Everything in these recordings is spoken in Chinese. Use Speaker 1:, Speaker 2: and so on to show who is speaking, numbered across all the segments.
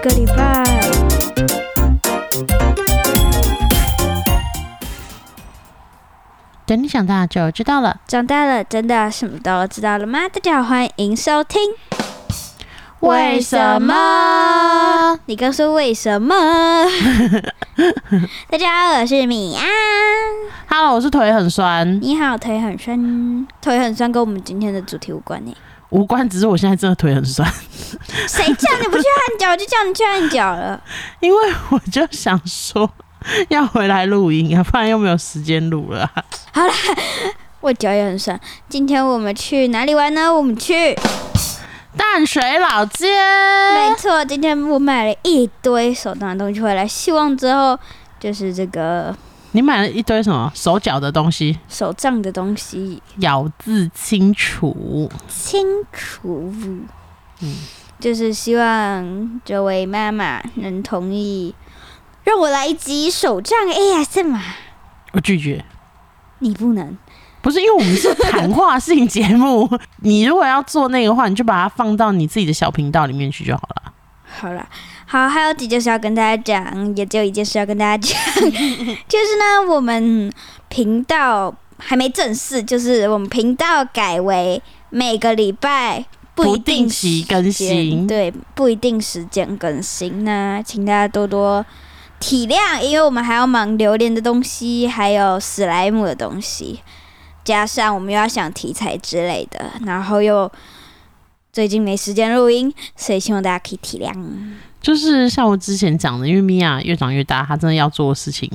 Speaker 1: 个礼拜。
Speaker 2: 等你长大就知道了。
Speaker 1: 长大了，真的什么都知道了吗？大家好，欢迎收听。为什么？你刚说为什么？ 大家好，我是米娅。
Speaker 2: ？Hello，我是腿很酸，
Speaker 1: 你好，腿很酸，腿很酸，跟我们今天的主题无关呢、
Speaker 2: 无关，只是我现在真的腿很酸，
Speaker 1: 谁叫你不去按脚，我就叫你去按脚了。
Speaker 2: 因为我就想说要回来录音啊，不然又没有时间录了啊、
Speaker 1: 我脚也很酸。今天我们去哪里玩呢？我们去，
Speaker 2: 淡水老街，啊
Speaker 1: 没错，今天我买了一堆手账的东西回来，希望之后就是这个
Speaker 2: 你买了一堆什么手脚的东西，
Speaker 1: 手账的东西
Speaker 2: 咬字清楚。
Speaker 1: 清楚。就是希望这位妈妈能同意让我来一集手账 ASM。
Speaker 2: 我拒绝，
Speaker 1: 啊你不能，
Speaker 2: 不是因为我们是谈话性节目， 你如果要做那个话，你就把它放到你自己的小频道里面去就好了。
Speaker 1: 好啦，好，还有几件事要跟大家讲，也只有一件事要跟大家讲， 就是呢，我们频道还没正式，就是我们频道改为每个礼拜不一定
Speaker 2: 定期更
Speaker 1: 时间
Speaker 2: 新，
Speaker 1: 对，不一定时间更新那请大家多多体谅，因为我们还要忙榴莲的东西，还有史莱姆的东西，加上我们又要想题材之类的，然后又最近没时间录音，所以希望大家可以体谅。
Speaker 2: 就是像我之前讲的，因为米娅越长越大，她真的要做的事情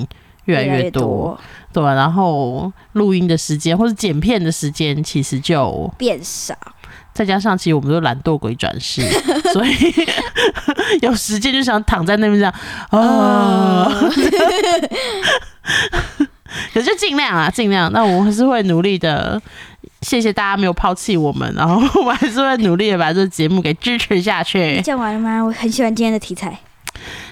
Speaker 2: 越来
Speaker 1: 越
Speaker 2: 越多，对啊，然后录音的时间或者剪片的时间，其实就
Speaker 1: 变少，
Speaker 2: 再加上，其实我们都懒惰鬼转世，所以 有时间就想躺在那边这样啊。
Speaker 1: 嗯
Speaker 2: 可是就尽量啊，尽量。那我们还是会努力的，谢谢大家没有抛弃我们，然后我们还是会努力的把这个节目给支持下
Speaker 1: 你
Speaker 2: 去。
Speaker 1: 讲完了吗？我很喜欢今天的题材。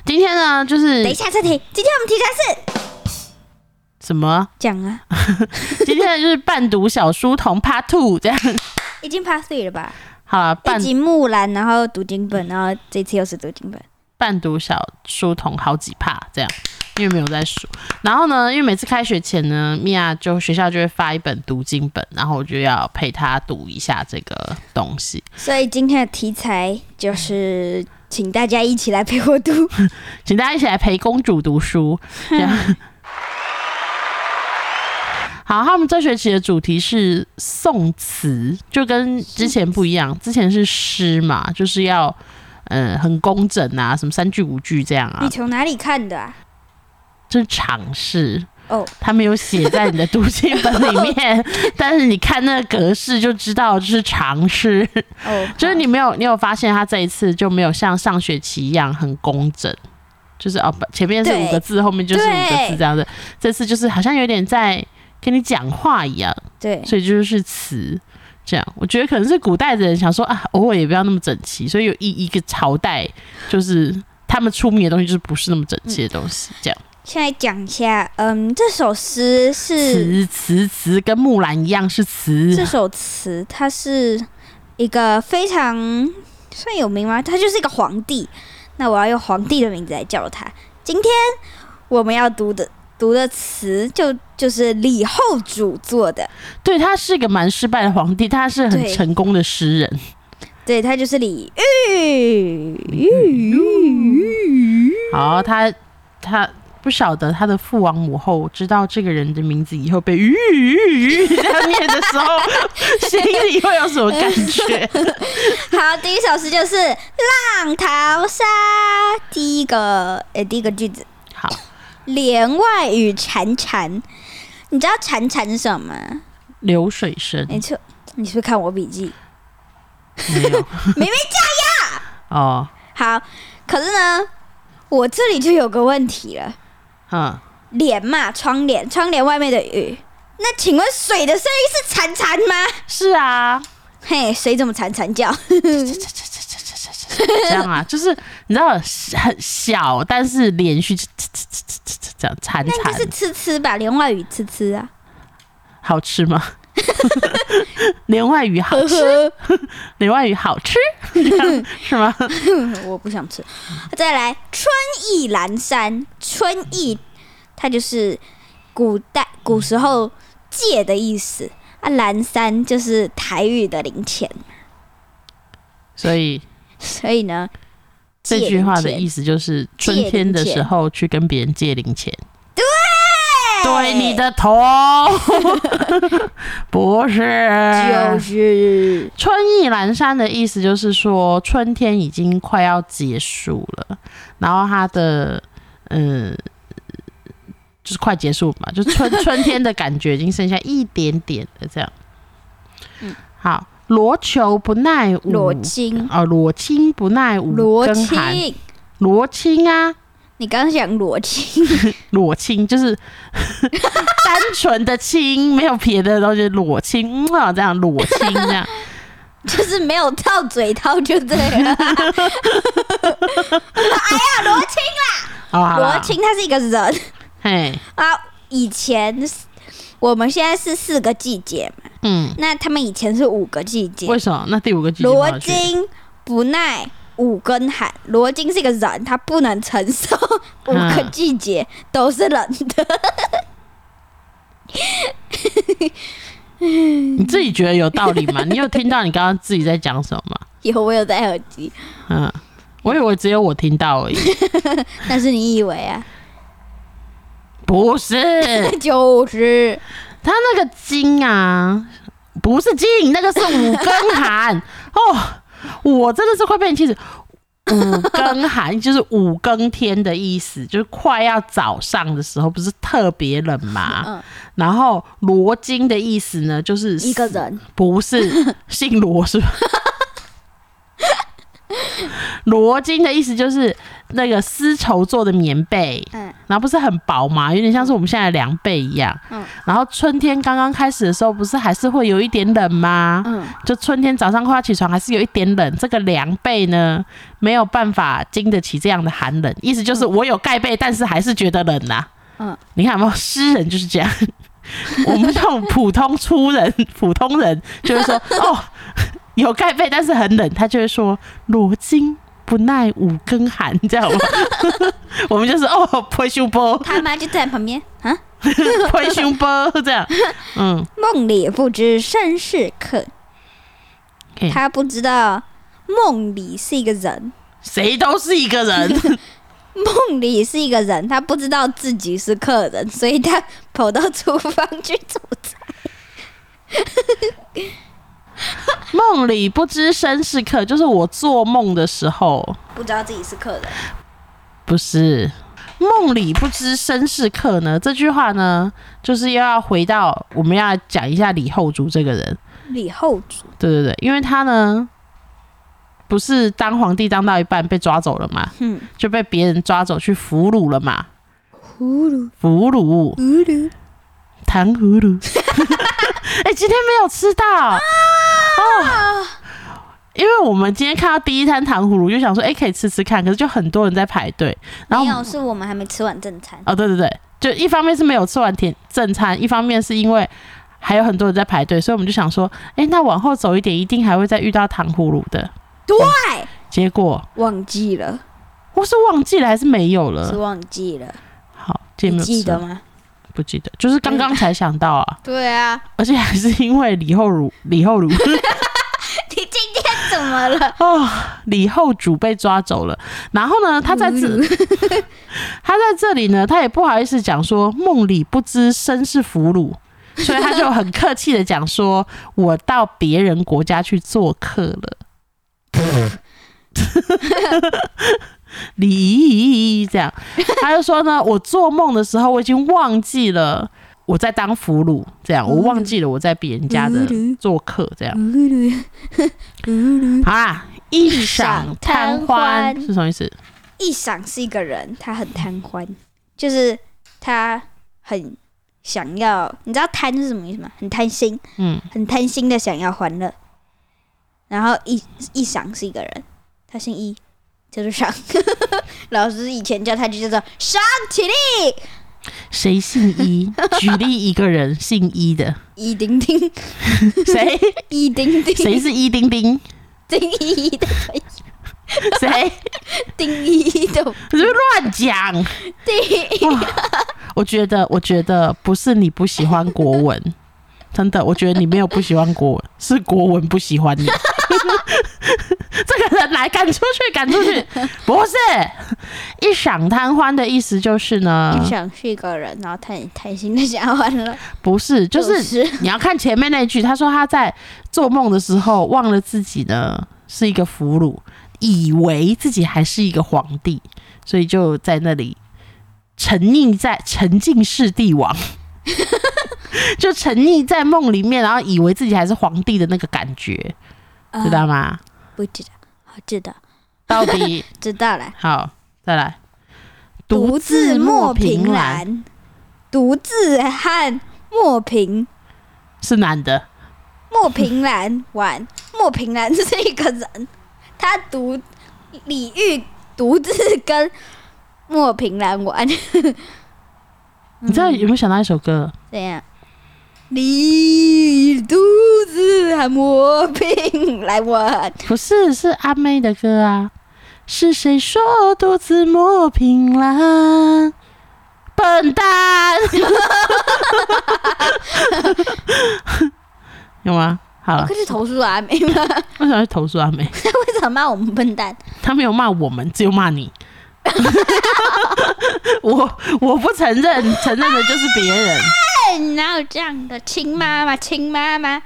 Speaker 2: 今天呢，就
Speaker 1: 等一
Speaker 2: 是
Speaker 1: 下再提，今天我们题材是
Speaker 2: 什么？
Speaker 1: 讲 啊，
Speaker 2: 今天呢就是伴读小书童 Part Two 这样。
Speaker 1: 已经 Part Three 了吧？
Speaker 2: 好了，伴
Speaker 1: 一集木兰，然后读经本，然后这次又是读经本。
Speaker 2: 伴读小书童好几帕这样，因为没有在数。然后呢，因为每次开学前呢，米娅就学校就会发一本读经本，然后我就要陪她读一下这个东西。
Speaker 1: 所以今天的题材就是，请大家一起来陪我读。
Speaker 2: 请大家一起来陪公主读书。 这样好，他们这学期的主题是宋词，就跟之前不一样。之前是诗嘛，就是要呃很工整啊，什么三句五句这样 啊
Speaker 1: 你，从哪里看的啊？
Speaker 2: 这是尝试。
Speaker 1: 哦，
Speaker 2: 他没有写在你的读经本 里面，但是你看那个格式就知道这是尝试，
Speaker 1: 哦，
Speaker 2: 就是你没有，你有发现他这一次就没有像上学期一样很工整，就是哦，前面是
Speaker 1: 对
Speaker 2: 五个字，后面就是五个字
Speaker 1: 对
Speaker 2: 这样子。这次就是好像有点在跟你讲话一样，
Speaker 1: 对，
Speaker 2: 所以就是词这样。我觉得可能是古代的人想说啊，偶尔也不要那么整齐，所以有一一个朝代就是他们出名的东西就是不是那么整齐的东西，这样。
Speaker 1: 现在讲一下，嗯，这首诗是
Speaker 2: 词词词跟木兰一样是词，
Speaker 1: 这首词，它是一个非常算有名吗？他就是一个皇帝。那我要用皇帝的名字来叫他。今天我们要读的读的词就就是李后主做的，
Speaker 2: 对他是个蛮失败的皇帝，他是很
Speaker 1: 对
Speaker 2: 成功的诗人。
Speaker 1: 对，他就是李煜。
Speaker 2: 好，他他不晓得他的父王母后知道这个人的名字以后被吁吁吁这样念的时候， 心里会有什么感觉？
Speaker 1: 好，第一首诗就是《浪淘沙》，第一个，呃、第一个句子，
Speaker 2: 好，
Speaker 1: 帘外雨潺潺。你知道潺潺是什么吗？
Speaker 2: 流水声
Speaker 1: 没错，你是不是看我笔记？
Speaker 2: 没有，
Speaker 1: 明明
Speaker 2: 这样哦，
Speaker 1: 好，可是呢，我这里就有个问题了，
Speaker 2: 嗯，
Speaker 1: 帘嘛，窗帘，窗帘外面的雨，那请问水的声音是潺潺吗？
Speaker 2: 是啊，
Speaker 1: 嘿，水怎么潺潺叫？
Speaker 2: 这样 啊，就是你知道很小，但是连续这样潺
Speaker 1: 那应该是
Speaker 2: 潺，
Speaker 1: 呲呲吧，帘外雨呲呲啊。
Speaker 2: 好吃吗？ 连外语好
Speaker 1: 呵
Speaker 2: 吃，
Speaker 1: 呵，
Speaker 2: 连外语好 吃，这样是吗？
Speaker 1: 嗯我不想吃。再来，春意阑珊，春意它就是古代古时候借的意思啊，阑珊就是台语的零钱，
Speaker 2: 所以
Speaker 1: 所以呢，
Speaker 2: 这
Speaker 1: 借
Speaker 2: 句
Speaker 1: 零
Speaker 2: 话的
Speaker 1: 钱
Speaker 2: 意思就是春
Speaker 1: 借零
Speaker 2: 天的时
Speaker 1: 钱
Speaker 2: 候去跟别人借零钱。对你
Speaker 1: 的
Speaker 2: 的 头，不是
Speaker 1: 就是
Speaker 2: 春意阑珊的意思，就是说春天已经快要结束了，然后它的嗯。就是快结束嘛， 就春春天的感觉已经剩下一点点了，这样。好，罗球不耐舞，
Speaker 1: 裸青，
Speaker 2: 哦，裸青不耐舞
Speaker 1: 裸
Speaker 2: 更嗯寒，
Speaker 1: 青，
Speaker 2: 罗青啊，
Speaker 1: 你刚刚讲裸青，
Speaker 2: 裸青就是 单纯的青，没有别的东西，裸青嗯啊，这样裸青这样。
Speaker 1: 就是没有套嘴套就对了。
Speaker 2: 哦， 好啦
Speaker 1: 罗，青他是一个人
Speaker 2: 嘿，
Speaker 1: 啊，以前是我们现在是四个季节嘛，
Speaker 2: 嗯，
Speaker 1: 那他们以前是五个季节。
Speaker 2: 为什么？那第五个季节
Speaker 1: 罗
Speaker 2: 金
Speaker 1: 金不耐五根寒，罗金是个人，他不能承 受五个季节都是冷的。
Speaker 2: 你自己觉得有道理 吗？你有听到你刚刚自己在讲什么吗？
Speaker 1: 有我有戴耳机，
Speaker 2: 嗯，我以为只有我听到而已，
Speaker 1: 但是你以为 啊？
Speaker 2: 不是，
Speaker 1: 就是
Speaker 2: 他那个金啊，不是金，那个是五更 寒哦，我真的是快被你气死。五更寒 就是五更天的意思，就是快要早上的时候，不是特别冷嘛。
Speaker 1: 嗯
Speaker 2: 然后罗金的意思呢，就是
Speaker 1: 一个人，
Speaker 2: 不是姓罗是吧？罗巾的意思就是那个丝绸做的棉被，
Speaker 1: 嗯
Speaker 2: 然后不是很薄嘛，有点像是我们现在的凉被一样。
Speaker 1: 嗯
Speaker 2: 然后春天刚刚开始的时候，不是还是会有一点冷吗？
Speaker 1: 嗯，
Speaker 2: 就春天早上快要起床，还是有一点冷。这个凉被呢，没有办法经得起这样的寒冷。意思就是我有盖被，但是还是觉得冷呐、
Speaker 1: 嗯
Speaker 2: 你看有没有？诗人就是这样。 我们这种普通粗人、普通人就会说：“哦，有盖被，但是很冷。”他就会说：“罗巾不耐五更寒，你知道吗？” 我们就是哦，破修波，
Speaker 1: 他妈就在旁边啊。
Speaker 2: 破修波这样。嗯，
Speaker 1: 梦里不知身是客，
Speaker 2: 嘿
Speaker 1: 他不知道梦里是一个人，
Speaker 2: 谁都是一个人。
Speaker 1: 梦里是一个人，他不知道自己是客人，所以他跑到厨房去煮菜。
Speaker 2: 梦里不知身是客，就是我做梦的时候，
Speaker 1: 不知道自己是客人，
Speaker 2: 不是梦里不知身是客呢。这句话呢，就是又要回到我们要讲一下李后主这个人。
Speaker 1: 李后主
Speaker 2: 对对对，因为他呢，不是当皇帝当到一半被抓走了嘛，
Speaker 1: 嗯
Speaker 2: 就被别人抓走去俘虏了嘛，
Speaker 1: 葫芦
Speaker 2: 俘
Speaker 1: 葫
Speaker 2: 虏
Speaker 1: 芦，
Speaker 2: 糖葫芦。 哎、今天没有吃到。哦因为我们今天看到第一摊糖葫芦，就想说，哎、可以吃吃看。可是就很多人在排队，然后
Speaker 1: 没有，是我们还没吃完正餐。
Speaker 2: 哦，对对对，就一方面是没有吃完甜正餐，一方面是因为还有很多人在排队，所以我们就想说，哎，那往后走一点，一定还会再遇到糖葫芦的。
Speaker 1: 对，
Speaker 2: 结果
Speaker 1: 忘记了，
Speaker 2: 我是忘记了还是没有
Speaker 1: 是
Speaker 2: 了？
Speaker 1: 忘记了，
Speaker 2: 好，今天
Speaker 1: 你
Speaker 2: 没有
Speaker 1: 记
Speaker 2: 呃吃
Speaker 1: 得
Speaker 2: 到，
Speaker 1: 吗？
Speaker 2: 不记得，就是刚刚才想到啊，
Speaker 1: 对啊，
Speaker 2: 而且还是因为李后儒，李后儒
Speaker 1: 你今天怎么了？
Speaker 2: 哦，李后主被抓走了。然后呢，他在这， 他在这里呢，他也不好意思讲说梦里不知身是俘虏，所以他就很客气的讲说，我到别人国家去做客了。 李这样，他就说呢，我做梦的时候我已经忘记了我在当俘虏，这样我忘记了我在别人家的
Speaker 1: 嗯
Speaker 2: 做客，这样。 好啦，一晌贪欢是什么意思？
Speaker 1: 一赏是一个人，他很贪欢，就是他很想要，你知道贪是什么意思吗？很贪心，
Speaker 2: 嗯，
Speaker 1: 很贪心的想要欢乐。然后一一赏是一个人，他姓一， 就是赏。老师以前叫他就叫做赏起立，
Speaker 2: 谁姓一？举例一个人姓一的，
Speaker 1: 一丁丁，
Speaker 2: 谁？
Speaker 1: 一丁丁，
Speaker 2: 谁是一丁丁？
Speaker 1: 丁一的
Speaker 2: 谁？
Speaker 1: 丁一的
Speaker 2: 你是不是乱讲？哇我觉得，我觉得不是你不喜欢国文，真的，我觉得你没有不喜欢国文，是国文不喜欢你。 这个人来赶出去，赶出去！不是一晌贪欢的意思，就是呢，
Speaker 1: 想是一个人，然后他很开心的想完了，
Speaker 2: 不是，就
Speaker 1: 就是
Speaker 2: 你要看前面那句，他说他在做梦的时候忘了自己呢是一个俘虏，以为自己还是一个皇帝，所以就在那里沉溺在沉浸式帝王， 就沉溺在梦里面，然后以为自己还是皇帝的那个感觉，
Speaker 1: 啊
Speaker 2: 知道吗？
Speaker 1: 不知道，好知道，
Speaker 2: 到底
Speaker 1: 知道了。
Speaker 2: 好，再来，
Speaker 1: 独自莫凭
Speaker 2: 栏
Speaker 1: 栏，独自和莫凭
Speaker 2: 是男的，
Speaker 1: 莫凭栏玩。莫凭栏是一个人， 他独李煜独自跟莫凭栏玩，
Speaker 2: 你知
Speaker 1: 嗯
Speaker 2: 道有没有想到一首歌？
Speaker 1: 怎样？你独自和莫凭栏玩，
Speaker 2: 不是，是阿妹的歌啊。是谁说独自磨平了？笨蛋， 有吗？好了
Speaker 1: 哎可，是投诉阿妹 吗？
Speaker 2: 为什么要投诉阿妹？
Speaker 1: 为什么骂我们笨蛋？
Speaker 2: 他没有骂我们，只有骂你。 我我不承认，承认的就是别人。
Speaker 1: 哎，哪有这样的？亲妈妈，亲妈妈，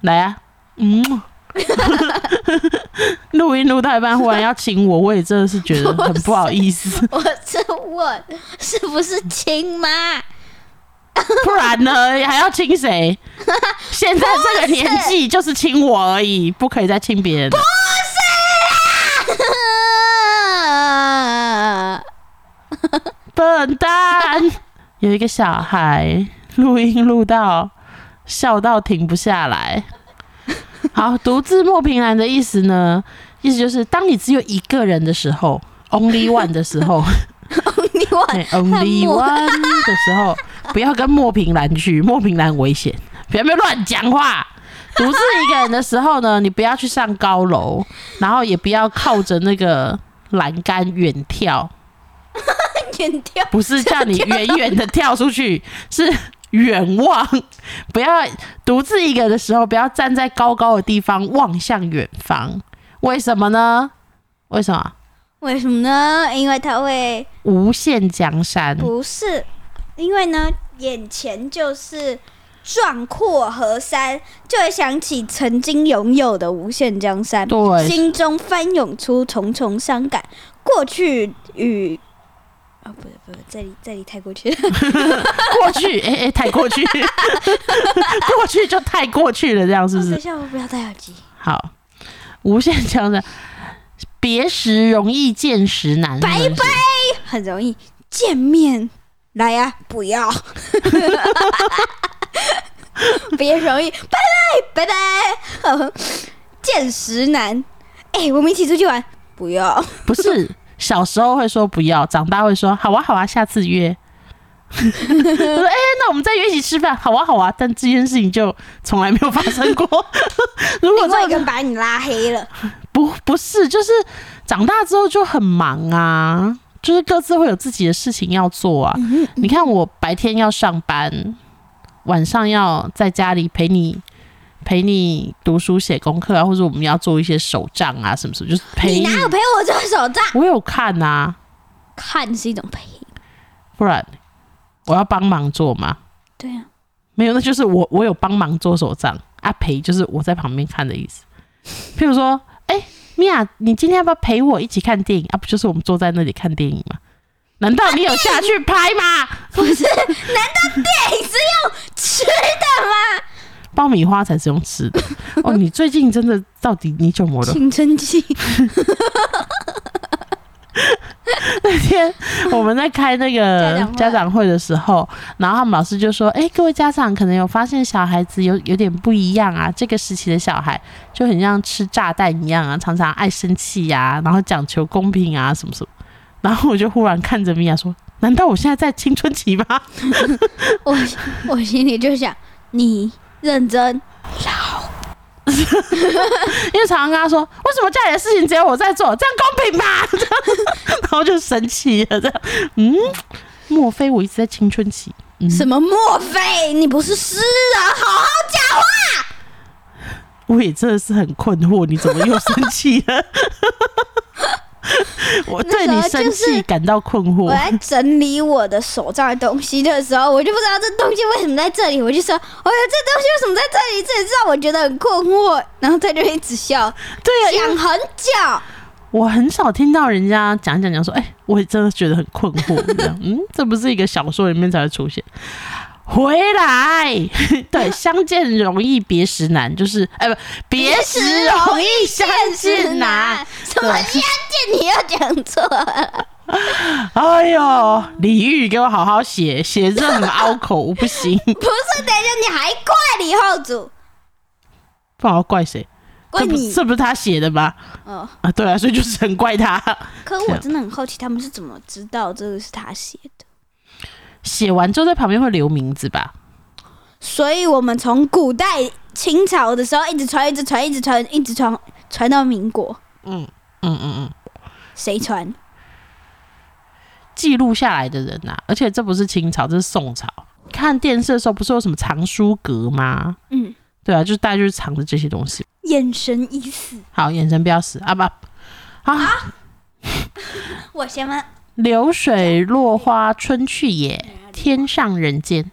Speaker 2: 来啊，嗯， 录音录到一半，忽然要请我，我也真的是觉得很不好意思。
Speaker 1: 我是问是不是亲妈？
Speaker 2: 不然呢，还要亲谁？现在这个年纪就是亲我而已，不可以再亲别人。笨蛋！有一个小孩录音录到笑到停不下来。好，独自莫凭栏的意思呢，意思就是当你只有一个人的时候，only one 的时候，
Speaker 1: 你我
Speaker 2: 对哎 only
Speaker 1: 莫
Speaker 2: one 的时候，不要跟莫平兰去，莫平兰危险，不要不要乱讲话。独自一个人的时候呢，你不要去上高楼，然后也不要靠着那个栏杆远眺，
Speaker 1: 远眺，
Speaker 2: 不是叫你远远的跳出去，是远望。不要独自一个人的时候，不要站在高高的地方望向远方。为什么呢？为什么？
Speaker 1: 为什么呢？因为他会
Speaker 2: 无限江山。
Speaker 1: 不是，因为呢，眼前就是壮阔河山，就会想起曾经拥有的无限江山，
Speaker 2: 对，
Speaker 1: 心中翻涌出重重伤感，过去与。啊、不是不是，这里这里太过去了。
Speaker 2: 过去，哎、哎、太过去， 过去就太过去了，这样是 不
Speaker 1: 等一
Speaker 2: 是？
Speaker 1: 下，我不要戴耳机。
Speaker 2: 好，无限强的，别时容易，见时难。
Speaker 1: 拜
Speaker 2: 拜，
Speaker 1: 很容易见面。来呀、不要， 别容易，拜拜拜拜。呃见识难，哎、我们一起出去玩，不要。
Speaker 2: 不是小时候会说不要，长大会说好啊好啊，下次约。我说哎、那我们再约一起吃饭，好啊好啊。但这件事情就从来没有发生过。 如果
Speaker 1: 另外
Speaker 2: 这
Speaker 1: 一个把你拉黑了，
Speaker 2: 不不是，就是长大之后就很忙啊，就是各自会有自己的事情要做
Speaker 1: 嗯
Speaker 2: 啊。你看我白天要上班，晚上要在家里陪你陪你读书写功课啊，或者我们要做一些手账啊什么什么，就是陪
Speaker 1: 你哪有陪我做手账？
Speaker 2: 我有看啊，
Speaker 1: 看是一种陪，
Speaker 2: 不然我要帮忙做嘛。
Speaker 1: 对 啊，
Speaker 2: 没有，那就是我我有帮忙做手账，啊陪就是我在旁边看的意思。譬如说，哎、米娅，你今天要不要陪我一起看电影啊？不就是我们坐在那里看电影吗？难道你有下去拍吗？
Speaker 1: 不是？难道电影是用吃的吗？
Speaker 2: 爆米花才是用吃的哦。你最近真的到底你怎么了？
Speaker 1: 青春期，
Speaker 2: 那天我们在开那
Speaker 1: 家
Speaker 2: 个
Speaker 1: 长会
Speaker 2: 家长会的时候，然后他们老师就说：“哎、各位家长可能有发现小孩子有有点不一样啊，这个时期的小孩就很像吃炸弹一样啊，常常啊爱生气呀、然后讲求公平啊什么什么。”然后我就忽然看着米娅说：“难道我现在在青春期吗？
Speaker 1: 我 我心里就想，你认真老，
Speaker 2: 因为常常跟他说，为什么家里的事情只有我在做，这样公平吗？ 这样然后就生气了，这样，嗯，莫非我一直在青春期？嗯
Speaker 1: 什么莫非你不是诗人？好好讲话。
Speaker 2: 我也真的是很困惑，你怎么又生气了？我对你生气感到困惑。
Speaker 1: 我在整理我的手上的东西的时候，我就不知道这东西为什么在这里，我就说，哎呀，这东西为什么在这里？这也让我觉得很困惑。然后他就一直 笑，
Speaker 2: 对啊，因为
Speaker 1: 讲很久。
Speaker 2: 我很少听到人家讲讲讲说，哎、我也真的觉得很困惑。这样，嗯，这不是一个小说里面才会出现。回来， 对，相见容易别时难，就是哎、不，别时容易相见难。，
Speaker 1: 什么 相见你又讲错了，
Speaker 2: 哎呦，李煜给我好好写，写这很拗口，我不行，
Speaker 1: 不是？等一下你还怪李后主，
Speaker 2: 不好怪谁？
Speaker 1: 怪
Speaker 2: 这不
Speaker 1: 你
Speaker 2: 这不是他写的吗？
Speaker 1: 哦。
Speaker 2: 啊，对啊，所以就是很怪他。
Speaker 1: 可我真的很好奇，他们是怎么知道这个是他写的？
Speaker 2: 写完之后在旁边会留名字吧？
Speaker 1: 所以我们从古代清朝的时候一直传，一直传，一直传，一直传，传到民国，
Speaker 2: 嗯嗯嗯嗯，
Speaker 1: 谁传？
Speaker 2: 记录下来的人呐、啊而且这不是清朝，这是宋朝。看电视的时候不是有什么藏书阁吗？
Speaker 1: 嗯，
Speaker 2: 对啊，就是大家就是藏着这些东西。
Speaker 1: 眼神已死。
Speaker 2: 好，眼神不要死啊不，啊，
Speaker 1: 我先吗？
Speaker 2: 流水落花春去也，天上人间。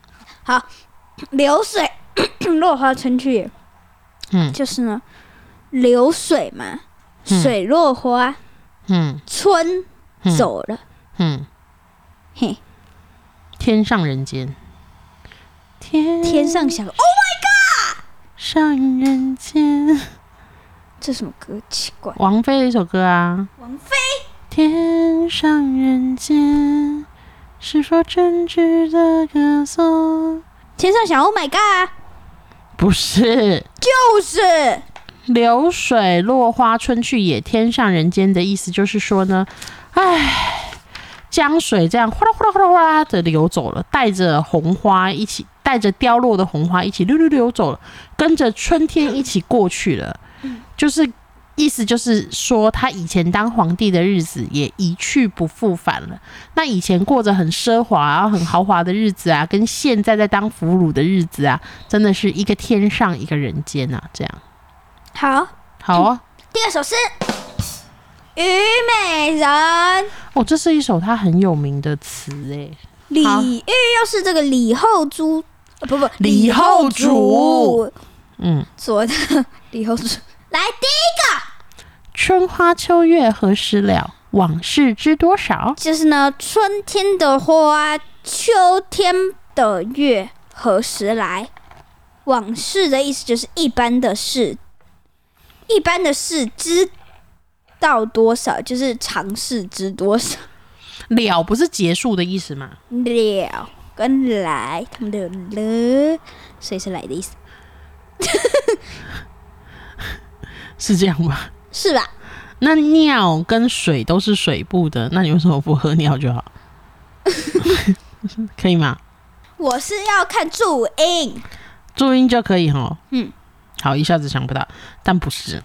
Speaker 1: 流水 落花春去也，
Speaker 2: 嗯
Speaker 1: 就是呢，流水嘛，
Speaker 2: 嗯
Speaker 1: 水落花，
Speaker 2: 嗯
Speaker 1: 春
Speaker 2: 嗯
Speaker 1: 走了，
Speaker 2: 嗯，
Speaker 1: 嘿，
Speaker 2: 天上人间，天
Speaker 1: 天上小哦，
Speaker 2: 上人间。
Speaker 1: 这什么歌？奇怪，
Speaker 2: 王菲的一首歌啊。
Speaker 1: 王
Speaker 2: 菲。天上人间，是否真值得歌颂？
Speaker 1: 天上小，Oh my god，
Speaker 2: 不是，
Speaker 1: 就是
Speaker 2: 流水落花春去也，天上人间的意思就是说呢，唉，江水这样哗啦哗啦哗啦哗啦的流走了，带着红花一起，带着凋落的红花一起溜溜溜走了，跟着春天一起过去了，就是。意思就是说，他以前当皇帝的日子也一去不复返了。那以前过着很奢华、然后很豪华的日子啊，跟现在在当俘虏的日子啊，真的是一个天上一个人间啊，这样。
Speaker 1: 好。
Speaker 2: 好啊，
Speaker 1: 第二首诗《虞美人》，
Speaker 2: 哦，这是一首他很有名的词欸诶，
Speaker 1: 李
Speaker 2: 好
Speaker 1: 煜又是这个李后主，呃不不，
Speaker 2: 李后主嗯，
Speaker 1: 做的李后主。来第
Speaker 2: 春花秋月何时了？往事知多少？
Speaker 1: 就是呢，春天的花，秋天的月，何时来？往事的意思就是一般的事，一般的事知道多少，就是尝试知多少
Speaker 2: 了不是结束的意思吗？
Speaker 1: 了跟来，他们都有了，所以是来的意思，
Speaker 2: 是这样吗？
Speaker 1: 是吧？
Speaker 2: 那尿跟水都是水部的，那你为什么不喝尿就好？ 可以吗？
Speaker 1: 我是要看注音，
Speaker 2: 注音就可以哈。
Speaker 1: 嗯，
Speaker 2: 好，一下子想不到，但不是。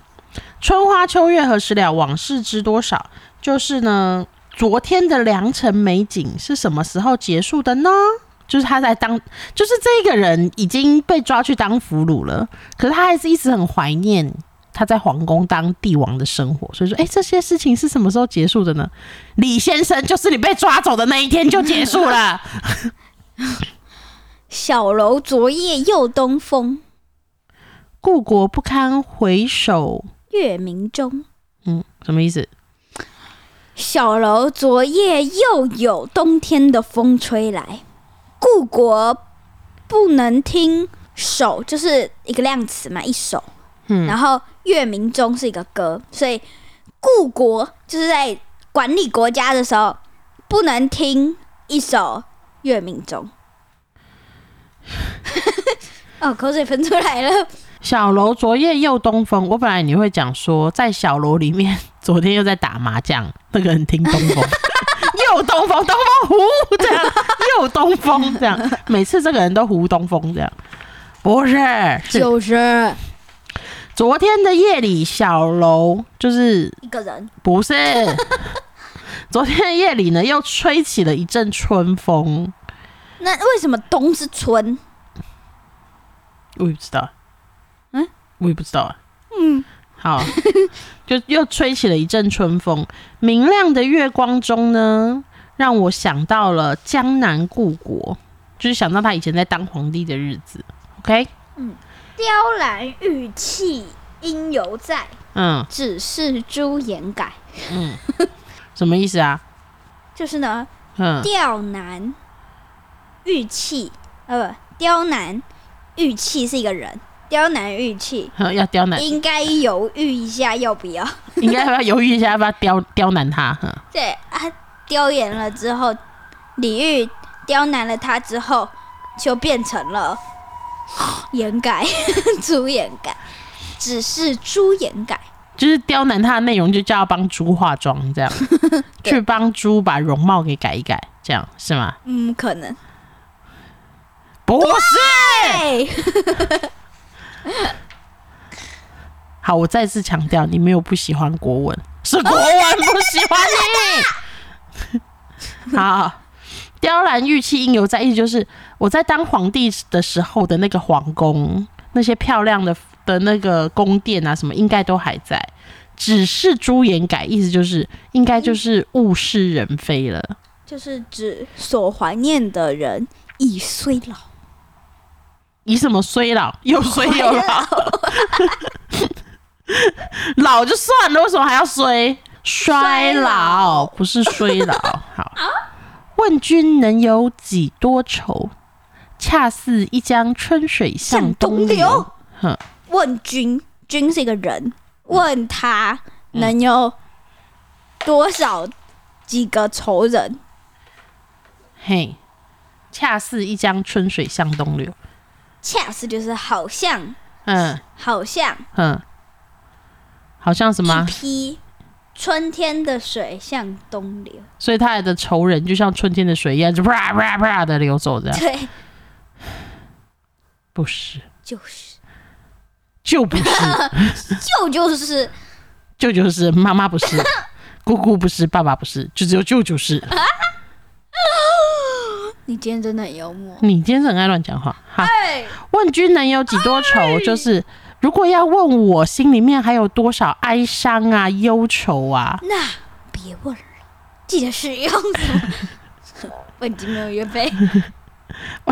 Speaker 2: 春花秋月何时了？往事知多少？就是呢，昨天的良辰美景是什么时候结束的呢？就是他在当，就是这个人已经被抓去当俘虏了，可是他还是一直很怀念他在皇宫当帝王的生活，所以说，哎、这些事情是什么时候结束的呢？李先生，就是你被抓走的那一天就结束了。
Speaker 1: 小楼昨夜又东风，
Speaker 2: 故国不堪回首，
Speaker 1: 月明中。
Speaker 2: 嗯，什么意思？
Speaker 1: 小楼昨夜又有冬天的风吹来，故国不能听首，就是一个量词嘛，一首。
Speaker 2: 嗯
Speaker 1: 然后月明中是一个歌，所以故国就是在管理国家的时候不能听一首月明中。哦，口水喷出来了。
Speaker 2: 小楼昨夜又东风，我本来你会 讲说，在小楼里面，昨天又在打麻将，那个人听东风， 又东风，东风呼这样，又东风这样，每次这个人都呼东风这样。不是，是
Speaker 1: 就是
Speaker 2: 昨天的夜里，小楼就是
Speaker 1: 一个人，
Speaker 2: 不是， 昨天的夜里呢，又吹起了一阵春风。
Speaker 1: 那为什么冬是春？
Speaker 2: 我也不知道，
Speaker 1: 嗯，
Speaker 2: 我也不知道啊，嗯，好， 就又吹起了一阵春风，明亮的月光中呢，让我想到了江南故国，就是想到他以前在当皇帝的日子，OK，
Speaker 1: 雕栏玉砌应犹在，
Speaker 2: 嗯
Speaker 1: 只是朱颜改。
Speaker 2: 嗯，什么意思啊？
Speaker 1: 就是呢，
Speaker 2: 嗯，
Speaker 1: 雕栏玉砌，呃，不，雕栏玉砌是一个人，雕栏玉砌
Speaker 2: 嗯要刁 难，
Speaker 1: 应该犹豫一下要不 要。
Speaker 2: 应该要犹豫一下要不要刁刁难他，嗯
Speaker 1: 对啊，雕演了之后，李煜刁难了他之后，就变成 了掩改 朱掩改，只是朱掩改。
Speaker 2: 就是刁难他的内容就叫他帮猪化妆这样，
Speaker 1: 对
Speaker 2: 去帮猪把容貌给改一改，这样是吗？
Speaker 1: 嗯，可能。
Speaker 2: 不是。
Speaker 1: 哎，
Speaker 2: 好，我再次强调，你没有不喜欢国文，是国文不喜欢你。 好，雕栏玉砌应犹在，意思就是我在当皇帝的时候的那个皇宫，那些漂亮的的那个宫殿啊，什么应该都还在，只是朱颜改，意思就是应该就是物是人非了。
Speaker 1: 就是指所怀念的人已衰老。
Speaker 2: 以什么衰老？又 衰又
Speaker 1: 哎
Speaker 2: 老，老就算了，为什么还要衰？衰老不是衰 老。好，
Speaker 1: 啊
Speaker 2: 问君能有几多愁？恰似一江春水向东
Speaker 1: 向东
Speaker 2: 流
Speaker 1: 流。
Speaker 2: 哼，
Speaker 1: 问君，君是一个人，问他能有多少几个仇人？
Speaker 2: 嘿，恰似一江春水向东流。
Speaker 1: 恰似就是好像，
Speaker 2: 嗯
Speaker 1: 好像。
Speaker 2: 嗯，好像什么
Speaker 1: 一
Speaker 2: 啊？
Speaker 1: 批春天的水向东流。
Speaker 2: 所以他的仇人就像春天的水一样，就啪啪啪的流走这样。
Speaker 1: 对，
Speaker 2: 不是，
Speaker 1: 就是，
Speaker 2: 就 不是。
Speaker 1: 就就是
Speaker 2: 舅舅是，妈妈不是，姑姑不是，爸爸不是，就只有舅舅是。
Speaker 1: 你今天真的很幽默。
Speaker 2: 你今天是很爱乱讲话。好，
Speaker 1: 哎，
Speaker 2: 问君能有几多愁？就是如果要问我心里面还有多少哀伤啊、忧愁啊，
Speaker 1: 那别问了，记得使 用什么？本集没有月配，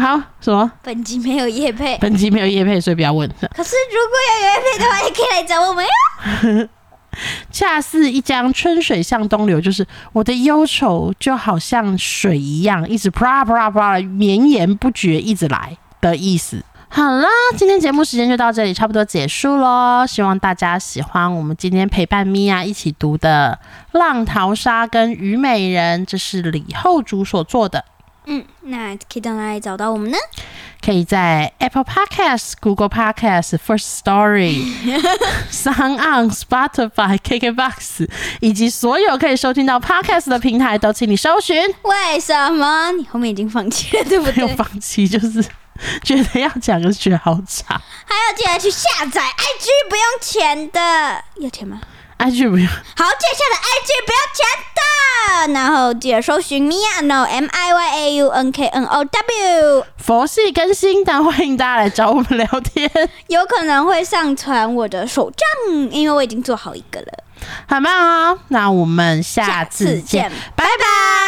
Speaker 2: 好什么？
Speaker 1: 本集没有夜配。
Speaker 2: 本集没有叶配，所以不要问。
Speaker 1: 可是如果有夜配的话，也可以来找我们哟。
Speaker 2: 恰似一江春水向东流，就是我的忧愁就好像水一样，一直啪啪啪绵延不绝，一直来的意思。好啦，今天节目时间就到这里，差不多结束喽。希望大家喜欢我们今天陪伴米娅一起读的《浪淘沙》跟《虞美人》，这是李后主所做的。
Speaker 1: 嗯，那可以到哪里找到我们呢？
Speaker 2: 可以在 Apple Podcast、Google Podcast、First Story、Sound On、Spotify、KKBox 以及所有可以收听到 Podcast 的平台，都请你搜寻。
Speaker 1: 为什么你后面已经放弃了，对不
Speaker 2: 没有
Speaker 1: 对？
Speaker 2: 放弃，就是觉得要讲，就觉得好长。
Speaker 1: 还要记得去下载 IG，不用钱的，要钱吗？
Speaker 2: IG 不用，
Speaker 1: 好，接下来 IG 不要钱的，然后记得搜寻 Miyano M I Y A U N K N O W，
Speaker 2: 佛系更新的，欢迎大家来找我们聊天，
Speaker 1: 有可能会上传我的手账，因为我已经做好一个了。
Speaker 2: 很棒哦。那我们下次见，
Speaker 1: 拜拜。啊嗯